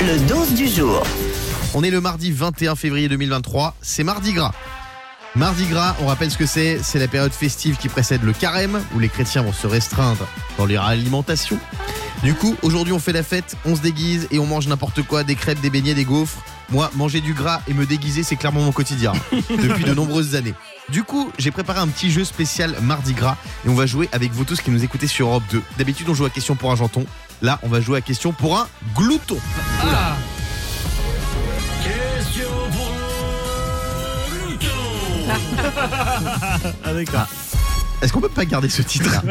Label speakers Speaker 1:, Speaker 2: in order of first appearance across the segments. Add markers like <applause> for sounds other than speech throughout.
Speaker 1: Le dose du jour.
Speaker 2: On est le mardi 21 février 2023, c'est Mardi Gras. Mardi Gras, on rappelle ce que c'est, c'est la période festive qui précède le carême, où les chrétiens vont se restreindre dans leur alimentation. Du coup, aujourd'hui on fait la fête, on se déguise et on mange n'importe quoi, des crêpes, des beignets, des gaufres. Moi, manger du gras et me déguiser, c'est clairement mon quotidien, depuis de nombreuses années. Du coup, j'ai préparé un petit jeu spécial Mardi Gras, et on va jouer avec vous tous qui nous écoutez sur Europe 2. D'habitude, on joue à question pour un janton, là on va jouer à question pour un glouton. Est-ce qu'on peut pas garder ce titre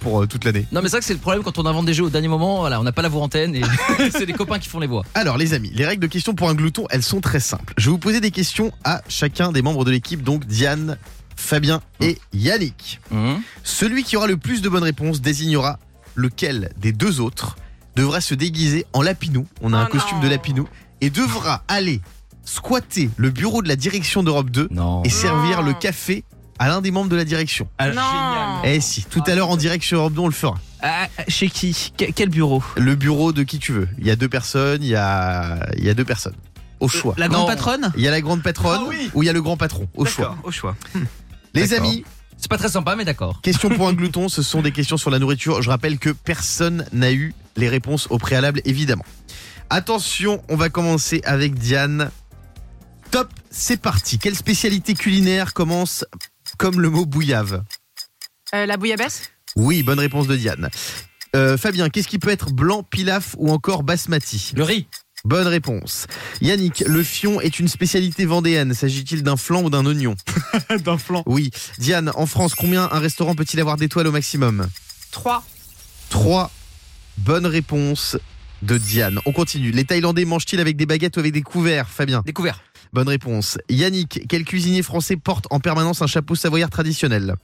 Speaker 2: pour euh, toute l'année
Speaker 3: Non mais c'est vrai que c'est le problème quand on invente des jeux au dernier moment, voilà, on n'a pas la voix antenne <laughs> et c'est les copains qui font les voix.
Speaker 2: Alors les amis, les règles de questions pour un glouton, elles sont très simples. Je vais vous poser des questions à chacun des membres de l'équipe, donc Diane, Fabien et Yannick.
Speaker 3: Hum.
Speaker 2: Celui qui aura le plus de bonnes réponses désignera lequel des deux autres devra se déguiser en lapinou. On a un
Speaker 4: Oh
Speaker 2: costume
Speaker 4: non.
Speaker 2: de lapinou et devra aller squatter le bureau de la direction d'Europe 2
Speaker 3: Non.
Speaker 2: et servir
Speaker 4: Non.
Speaker 2: le café à l'un des membres de la direction.
Speaker 4: Non.
Speaker 2: Eh si, tout à l'heure en direct sur Europe 2 on le fera.
Speaker 3: Ah, chez qui Que- Quel bureau
Speaker 2: Le bureau de qui tu veux. Il y a deux personnes, il y a, il y a deux personnes. Au choix.
Speaker 3: La grande patronne
Speaker 2: Il y a la grande patronne
Speaker 5: Ah oui.
Speaker 2: ou il y a le grand patron, au choix.
Speaker 5: Au choix.
Speaker 2: Les
Speaker 3: Hmm. D'accord.
Speaker 2: amis,
Speaker 3: C'est pas très sympa mais d'accord.
Speaker 2: question pour un glouton, ce sont des questions sur la nourriture. Je rappelle que personne n'a eu les réponses au préalable, évidemment. Attention, on va commencer avec Diane. Top, c'est parti. Quelle spécialité culinaire commence comme le mot bouillave
Speaker 4: Euh, la bouillabaisse
Speaker 2: Oui, bonne réponse de Diane. Euh, Fabien, qu'est-ce qui peut être blanc, pilaf ou encore basmati
Speaker 3: Le riz
Speaker 2: Bonne réponse. Yannick, le fion est une spécialité vendéenne. S'agit-il d'un flan ou d'un oignon
Speaker 5: <laughs> D'un flanc.
Speaker 2: Oui. Diane, en France, combien un restaurant peut-il avoir d'étoiles au maximum
Speaker 4: 3.
Speaker 2: 3. Bonne réponse de Diane. On continue. Les Thaïlandais mangent-ils avec des baguettes ou avec des couverts Fabien.
Speaker 3: découvert.
Speaker 2: Bonne réponse. Yannick, quel cuisinier français porte en permanence un chapeau savoyard traditionnel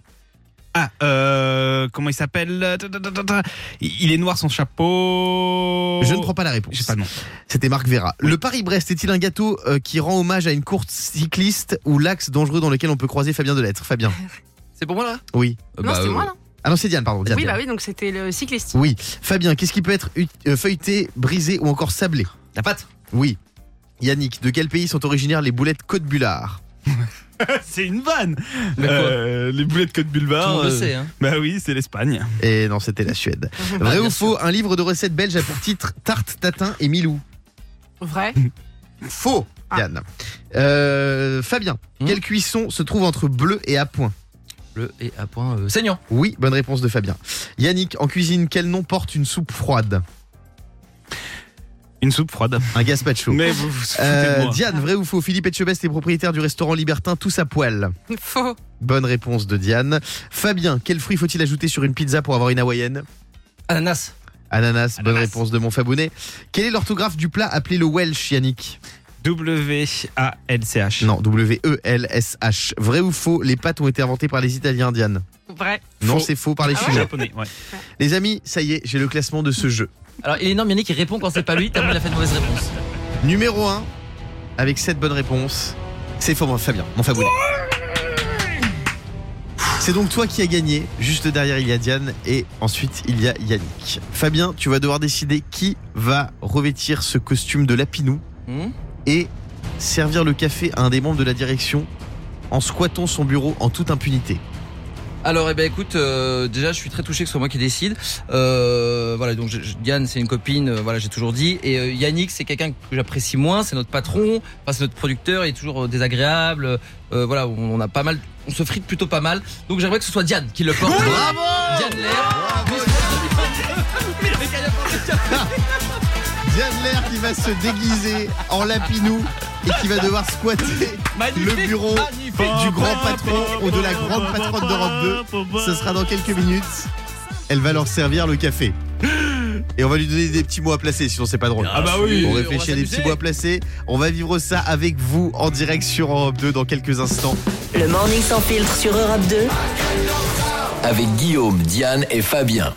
Speaker 5: Ah, euh, comment il s'appelle Ta, ta, ta, ta, ta. Il est noir son chapeau.
Speaker 2: Je ne prends pas la
Speaker 5: J'ai
Speaker 2: réponse.
Speaker 5: pas de nom.
Speaker 2: C'était Marc Vera. Le Paris-Brest est-il un gâteau euh, qui rend hommage à une course cycliste ou l'axe dangereux dans lequel on peut croiser Fabien Delettre Fabien.
Speaker 3: C'est pour moi là
Speaker 2: Oui.
Speaker 4: Non, c'était moi, non
Speaker 2: Ah non, c'est Diane, pardon. Diane,
Speaker 4: Oui,
Speaker 2: Diane.
Speaker 4: bah oui, donc c'était le cycliste.
Speaker 2: Oui. Fabien, qu'est-ce qui peut être ut- euh, feuilleté, brisé ou encore sablé
Speaker 3: La pâte
Speaker 2: Oui. Yannick, de quel pays sont originaires les boulettes Côte-Bullard
Speaker 5: <laughs> C'est une vanne.
Speaker 3: Mais quoi
Speaker 5: Euh, les boulettes Côte
Speaker 3: Tout
Speaker 5: Bulbar.
Speaker 3: le monde le
Speaker 5: euh,
Speaker 3: sait hein.
Speaker 5: Bah oui, c'est l'Espagne.
Speaker 2: Et Eh non, c'était la Suède. Vrai
Speaker 3: Ah,
Speaker 2: ou
Speaker 3: bien
Speaker 2: faux, un livre de recettes belge a pour titre Tarte, Tatin et Milou
Speaker 4: Vrai. <laughs>
Speaker 2: Faux,
Speaker 4: Ah.
Speaker 2: Yann. Euh, Fabien,
Speaker 3: Hmm
Speaker 2: quelle cuisson se trouve entre bleu et à point
Speaker 3: Le et à point euh, saignant.
Speaker 2: Oui, bonne réponse de Fabien. Yannick, en cuisine, quel nom porte une soupe froide
Speaker 5: Une soupe froide.
Speaker 2: Un gazpacho.
Speaker 5: Mais vous vous foutez
Speaker 2: Euh,
Speaker 5: de moi.
Speaker 2: Diane, vrai ou faux, Philippe Etchebest est propriétaire du restaurant libertin Tous à poil
Speaker 4: Faux.
Speaker 2: Bonne réponse de Diane. Fabien, quel fruit faut-il ajouter sur une pizza pour avoir une hawaïenne
Speaker 3: Ananas.
Speaker 2: Ananas, bonne
Speaker 5: Ananas.
Speaker 2: réponse de mon Fabonnet. Quelle est l'orthographe du plat appelé le Welsh, Yannick
Speaker 5: W-A-L-C-H.
Speaker 2: Non, E W-E-L-S-H. Vrai ou faux, les pâtes ont été inventées par les Italiens, Diane
Speaker 4: Vrai.
Speaker 2: Non,
Speaker 5: Faux.
Speaker 2: c'est faux par les
Speaker 4: Ah
Speaker 2: Chinois.
Speaker 5: Japonais, ouais.
Speaker 2: Les amis, ça y est, j'ai le classement de ce jeu.
Speaker 3: Alors il est énorme Yannick qui répond quand c'est pas lui, tellement il a fait de mauvaises réponses.
Speaker 2: Numéro 1, avec 7 bonnes réponses, c'est Fa- Fabien, mon Fabonnet. C'est donc toi qui as gagné. Juste derrière, il y a Diane et ensuite, il y a Yannick. Fabien, tu vas devoir décider qui va revêtir ce costume de lapinou
Speaker 3: Hmm
Speaker 2: et servir le café à un des membres de la direction en squattant son bureau en toute impunité.
Speaker 3: Alors, eh ben, écoute, euh, déjà, je suis très touché que ce soit moi qui décide. Euh, voilà, donc je- je- Diane, c'est une copine, euh, voilà, j'ai toujours dit. Et euh, Yannick, c'est quelqu'un que j'apprécie moins, c'est notre patron, enfin, c'est notre producteur, il est toujours euh, désagréable. Euh, voilà, on, on a pas mal, on se frite plutôt pas mal. Donc, j'aimerais que ce soit Diane qui le porte. Bravo Diane Lair. Mais le mec, il a pas le café.
Speaker 2: Diane Lair qui va se déguiser en lapinou et qui va devoir squatter
Speaker 3: <laughs> Magnifique,
Speaker 2: Le bureau
Speaker 3: magnifique.
Speaker 2: du grand patron ou de la grande patronne d'Europe 2. Ce sera dans quelques minutes. Elle va leur servir le café. Et on va lui donner des petits mots à placer, sinon c'est pas drôle.
Speaker 5: Ah bah oui.
Speaker 2: On
Speaker 3: va
Speaker 2: réfléchit à des petits
Speaker 3: s'amuser.
Speaker 2: mots à placer. On va vivre ça avec vous en direct sur Europe 2 dans quelques instants.
Speaker 1: Le morning sans filtre sur Europe 2.
Speaker 6: avec Guillaume, Diane et Fabien.